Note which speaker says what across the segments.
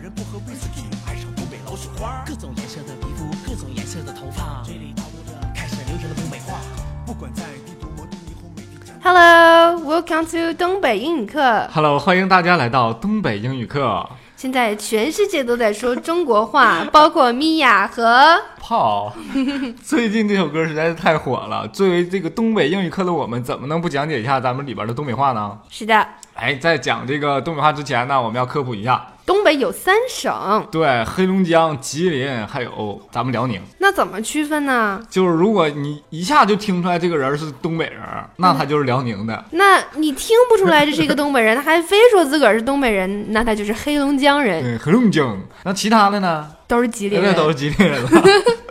Speaker 1: 人不喝威士忌，爱上东北老雪花。
Speaker 2: 各种颜色的皮肤，各种颜色的头发，
Speaker 1: 嘴里叨咕着
Speaker 2: 开始流行了东北话。
Speaker 1: 不管在帝都、魔都、霓虹美丽江
Speaker 3: Hello, welcome to 东北英语课。
Speaker 4: Hello，欢迎大家来到东北英语课。
Speaker 3: 现在全世界都在说中国 话，包括米娅和
Speaker 4: 炮，最近这首歌实在是太火了。作为这个东北英语课的我们，怎么能不讲解一下咱们里边的东北话呢？
Speaker 3: 是的，
Speaker 4: 哎，在讲这个东北话之前呢，我们要科普一下，
Speaker 3: 东北有三省，
Speaker 4: 对黑龙江、吉林还有咱们辽宁，
Speaker 3: 那怎么区分呢？
Speaker 4: 就是如果你一下就听出来这个人是东北人，那他就是辽宁的。
Speaker 3: 那你听不出来这是一个东北人，他还非说自个儿是东北人，那他就是黑龙江人，
Speaker 4: 对，黑龙江。那其他的呢？
Speaker 3: 都是吉林
Speaker 4: 那都
Speaker 3: 人。
Speaker 4: 是吉林人了。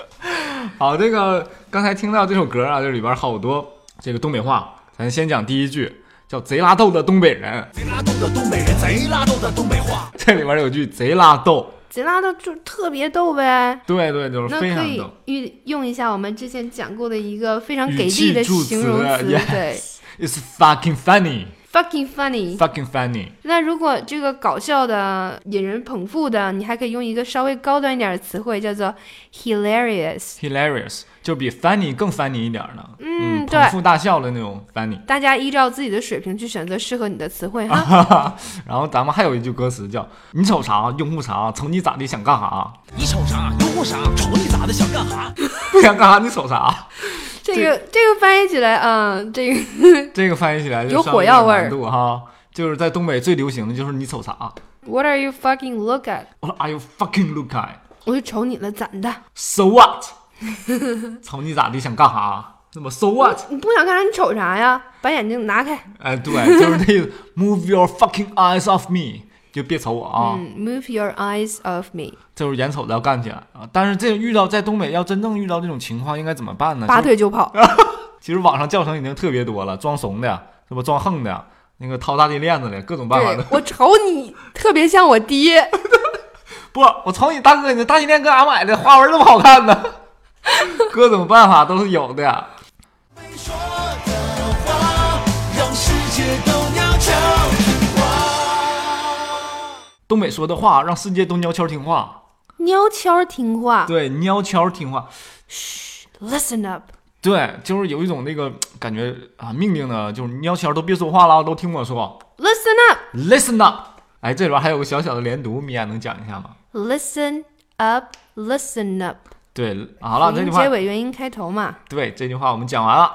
Speaker 4: 好，这个刚才听到这首歌啊，这里边好多这个东北话，咱先讲第一句，叫“贼拉逗的东北人
Speaker 1: 贼拉逗的东北人，贼拉逗的东北话”，。
Speaker 4: 这里边有句“贼拉逗
Speaker 3: 贼拉的就特别逗呗”，。
Speaker 4: 对对，就是
Speaker 3: 那
Speaker 4: 非
Speaker 3: 可
Speaker 4: 常
Speaker 3: 以
Speaker 4: 逗。
Speaker 3: 运用一下我们之前讲过的一个非常给
Speaker 4: 语
Speaker 3: 力
Speaker 4: 气
Speaker 3: 的
Speaker 4: 助
Speaker 3: 形容
Speaker 4: 词啊
Speaker 3: 词，
Speaker 4: yes
Speaker 3: 对
Speaker 4: It's fucking funny,
Speaker 3: ，fucking funny。
Speaker 4: fucking funny。
Speaker 3: 那如果这个搞笑的、引人捧腹的，你还可以用一个稍微高端一点的词汇，叫做 hilarious。
Speaker 4: Hilarious，就比 funny 更 funny 一点呢。
Speaker 3: 嗯对
Speaker 4: 捧腹大笑的那种 funny。
Speaker 3: 大家依照自己的水平去选择适合你的词汇
Speaker 4: 啊
Speaker 3: 哈。
Speaker 4: 然后咱们还有一句歌词叫“你瞅啥，用户啥，瞅你咋的想干啥，
Speaker 1: 你瞅啥？拥护啥？瞅你咋的？想干啥？
Speaker 4: 不想干啥你瞅啥
Speaker 3: 这个这个翻译起来啊、嗯这个”。
Speaker 4: 这个翻译起来就
Speaker 3: 有
Speaker 4: 稍
Speaker 3: 火
Speaker 4: 微
Speaker 3: 药
Speaker 4: 点
Speaker 3: 味儿
Speaker 4: 难度哈，就是在东北最流行的就是“你瞅啥
Speaker 3: What are you fucking look at？”，
Speaker 4: 我说 “Are you fucking look at
Speaker 3: 我就瞅你了，怎的？
Speaker 4: so what”，瞅你咋的想干啥？那么 so what？
Speaker 3: 你不想干啥？你瞅啥呀？把眼睛拿开。
Speaker 4: 哎，对，就是那个 “Move your fucking eyes off me”，就别瞅我啊。
Speaker 3: 嗯，Move your eyes off me。
Speaker 4: 就是眼瞅着要干起来啊！但是这遇到在东北要真正遇到这种情况，应该怎么办呢？
Speaker 3: 拔
Speaker 4: 其实
Speaker 3: 腿就跑。
Speaker 4: 啊其实网上教程已经特别多了，装怂的呀，什么装横的呀，那个掏大金链子的，各种办法
Speaker 3: 对
Speaker 4: 都。，
Speaker 3: 我瞅你特别像我爹。
Speaker 4: 不，我瞅你大哥，你那大金链搁哪买的？花纹这么好看呢？各种办法都是有的呀。
Speaker 1: 没说的话，让世界都鸟巢听话。
Speaker 4: 东北说的话让世界都鸟悄听话，
Speaker 3: 喵悄听话
Speaker 4: 对，鸟悄听话，
Speaker 3: ，Listen up。
Speaker 4: 对，就是有一种那个感觉啊，命令的，就是鸟悄都别说话了，都听我说
Speaker 3: Listen up,
Speaker 4: ，listen up。哎，这里边还有个小小的连读，米娅能讲一下吗？
Speaker 3: listen up, listen up。
Speaker 4: 对，好了，
Speaker 3: 辅
Speaker 4: 这
Speaker 3: 音
Speaker 4: 句话
Speaker 3: 结尾元音开头嘛，
Speaker 4: 对这句话我们讲完了。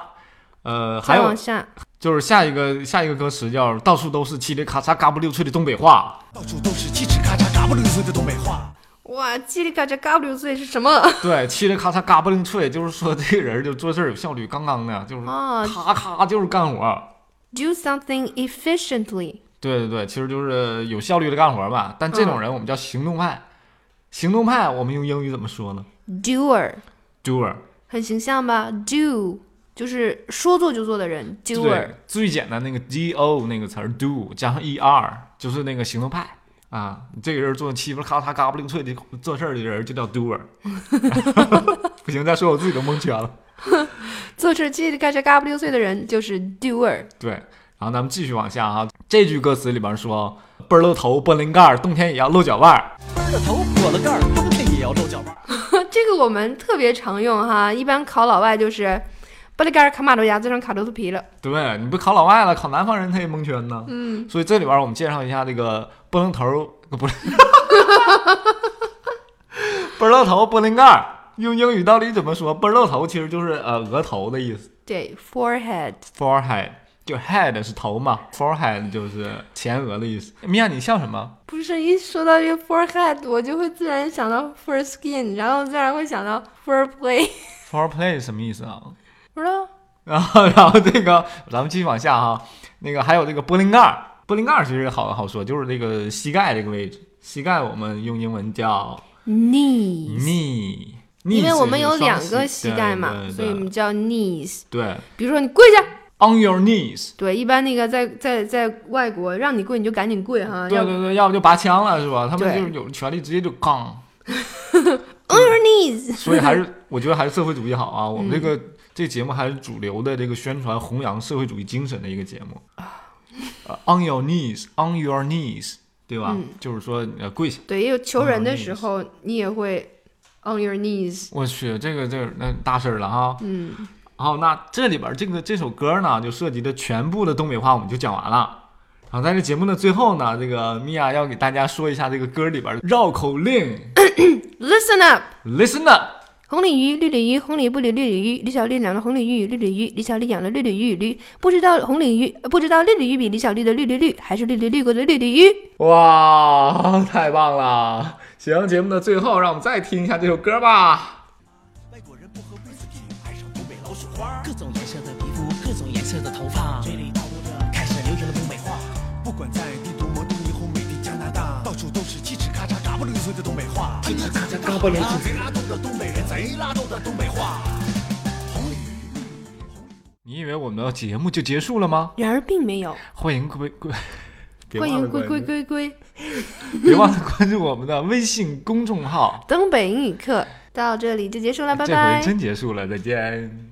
Speaker 4: 呃，还
Speaker 3: 再
Speaker 4: 有
Speaker 3: 往下，
Speaker 4: 就是下一个下一个歌词叫“到处都是嘁哩咔嚓嘎不溜脆的东北话
Speaker 1: 到处都是叽吱嘎喳、嘎不溜碎的东北话。
Speaker 3: 哇，叽里嘎喳嘎不溜碎是什么？”，
Speaker 4: 对，嘁哩咔嚓嘎不溜脆，就是说这个人就做事儿有效率，杠杠的，就是
Speaker 3: 哦
Speaker 4: 咔咔就是干活。
Speaker 3: ，do something efficiently。
Speaker 4: 对对对，其实就是有效率的干活吧。但这种人我们叫行动派，行动派我们用英语怎么说呢
Speaker 3: doer
Speaker 4: ？Doer。
Speaker 3: 很形象吧？do 就是说做就做的人
Speaker 4: 对
Speaker 3: ，doer。，
Speaker 4: 最简单那个 D O 那个词儿 do 加上 E R 就是那个行动派啊，这个人做欺负咔嚓嘎不灵脆的做事儿的人就叫 doer。不行，再说我自己都蒙圈了。
Speaker 3: 做事叽里嘎喳嘎不溜碎的人就是 doer。
Speaker 4: 对，然后咱们继续往下哈，这句歌词里边说倍儿露头，奔灵盖儿，冬天也要露脚腕儿。
Speaker 1: 闷了头，破了盖儿，冬天也要露脚腕儿。
Speaker 3: 这个我们特别常用哈，一般考老外就是。巴里嘎尔卡马豆牙，最上卡着肚皮了。
Speaker 4: 对，你不考老外了，考南方人他也蒙圈呢。嗯，所以这里边我们介绍一下这个 波棱头儿，不是， 波棱头波棱盖儿，用英语到底怎么说？波棱头其实就是呃额头的意思
Speaker 3: 对，forehead。
Speaker 4: ，forehead 就 head 是头嘛，forehead 就是前额的意思。米娅，你笑什么？
Speaker 3: 不是一说到这个 forehead，我就会自然想到 for skin，然后自然会想到 for play，
Speaker 4: foreplay 是什么意思啊？
Speaker 3: 不知道
Speaker 4: 然后，然后这个咱们继续往下哈，那个还有这个波棱盖儿，波棱盖儿其实好好说，就是这个膝盖这个位置，膝盖我们用英文叫。
Speaker 3: knees，
Speaker 4: knee，
Speaker 3: 因为我们有两个膝
Speaker 4: 膝
Speaker 3: 盖嘛，所以我们叫 knees。
Speaker 4: 对
Speaker 3: 比如说你跪下，
Speaker 4: on your knees，
Speaker 3: 对，一般那个在在在外国让你跪你就赶紧跪哈，
Speaker 4: 对
Speaker 3: 啊要
Speaker 4: 对对，要不就拔枪了是吧？他们
Speaker 3: 对
Speaker 4: 就是有权利直接就杠，
Speaker 3: on your knees。
Speaker 4: 所以 还是我觉得还是社会主义好啊。我
Speaker 3: 嗯
Speaker 4: 们这个这节目还是主流的这个宣传
Speaker 3: 啊
Speaker 4: 啊弘扬社会主义精神的一个节目。呃 on your knees，on your knees，对吧？
Speaker 3: 嗯
Speaker 4: 就是说呃跪下，
Speaker 3: 对，也有求人
Speaker 4: On your
Speaker 3: 的时候，你也会 on your knees。
Speaker 4: 我去，这个这个那大事儿了哈。
Speaker 3: 嗯，
Speaker 4: 好，那这里边这个这首歌呢，就涉及的全部的东北话我们就讲完了。然后在这节目的最后呢，这个米娅要给大家说一下这个歌里边的绕口令
Speaker 3: Listen up，
Speaker 4: ，Listen up，
Speaker 3: 红鲤鱼，绿鲤鱼，红鲤不理绿鲤鱼，李小绿养了红鲤鱼与绿鲤鱼，李小绿养了绿鲤鱼与驴，不知道红鲤鱼，呃不知道绿鲤鱼比李小绿的绿绿绿，还是绿驴绿过的绿鲤鱼。
Speaker 4: 哇，太棒了！行，节目的最后，让我们再听一下这首歌吧。
Speaker 2: 外国人不喝威士忌，爱上东北老鼠花。各种颜色的皮肤，各种颜色的头发，嘴里叨咕着，开始流行了东北话。
Speaker 1: 不管在帝都、魔都、霓虹、美的加拿大，到处都是叽吱咔嚓、嘎巴零碎的东北话。叽叽咔嚓、嘎巴零碎，贼拉逗的东北人，贼拉逗的东北话。红鲤鱼。
Speaker 4: 你以为我们的节目就结束了吗？
Speaker 3: 然而并没有。
Speaker 4: 欢迎归归，别
Speaker 3: 欢
Speaker 4: 忘了
Speaker 3: 迎归归归归，
Speaker 4: 别忘了关注我们的微信公众号。
Speaker 3: 东北英语课到这里就结束了，拜
Speaker 4: 这
Speaker 3: 拜
Speaker 4: 回。真结束了，再见。